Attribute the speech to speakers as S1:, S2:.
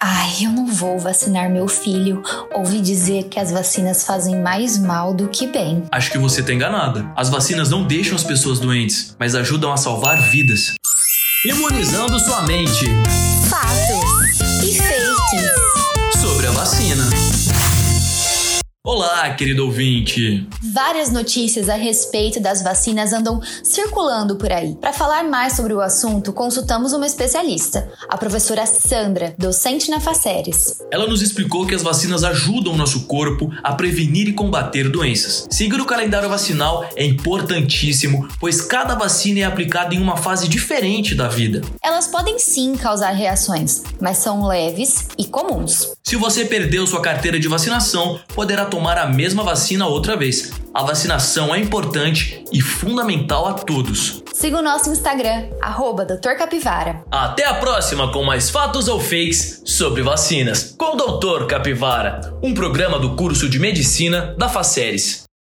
S1: Ai, eu não vou vacinar meu filho. Ouvi dizer que as vacinas fazem mais mal do que bem.
S2: Acho que você está enganada. As vacinas não deixam as pessoas doentes, mas ajudam a salvar vidas. Imunizando sua mente
S1: Fatos e fakes.
S2: sobre a vacina. Olá, querido ouvinte.
S1: Várias notícias a respeito das vacinas andam circulando por aí. Para falar mais sobre o assunto, consultamos uma especialista, a professora Sandra, docente na Faceres.
S2: Ela nos explicou que as vacinas ajudam o nosso corpo a prevenir e combater doenças. Seguir o calendário vacinal é importantíssimo, pois cada vacina é aplicada em uma fase diferente da vida.
S1: Elas podem sim causar reações, mas são leves e comuns.
S2: Se você perdeu sua carteira de vacinação, poderá tomar a mesma vacina outra vez. A vacinação é importante e fundamental a todos.
S1: Siga o nosso Instagram, arroba Dr. Capivara.
S2: Até a próxima com mais fatos ou fakes sobre vacinas, com o Dr. Capivara, um programa do curso de medicina da Faceres.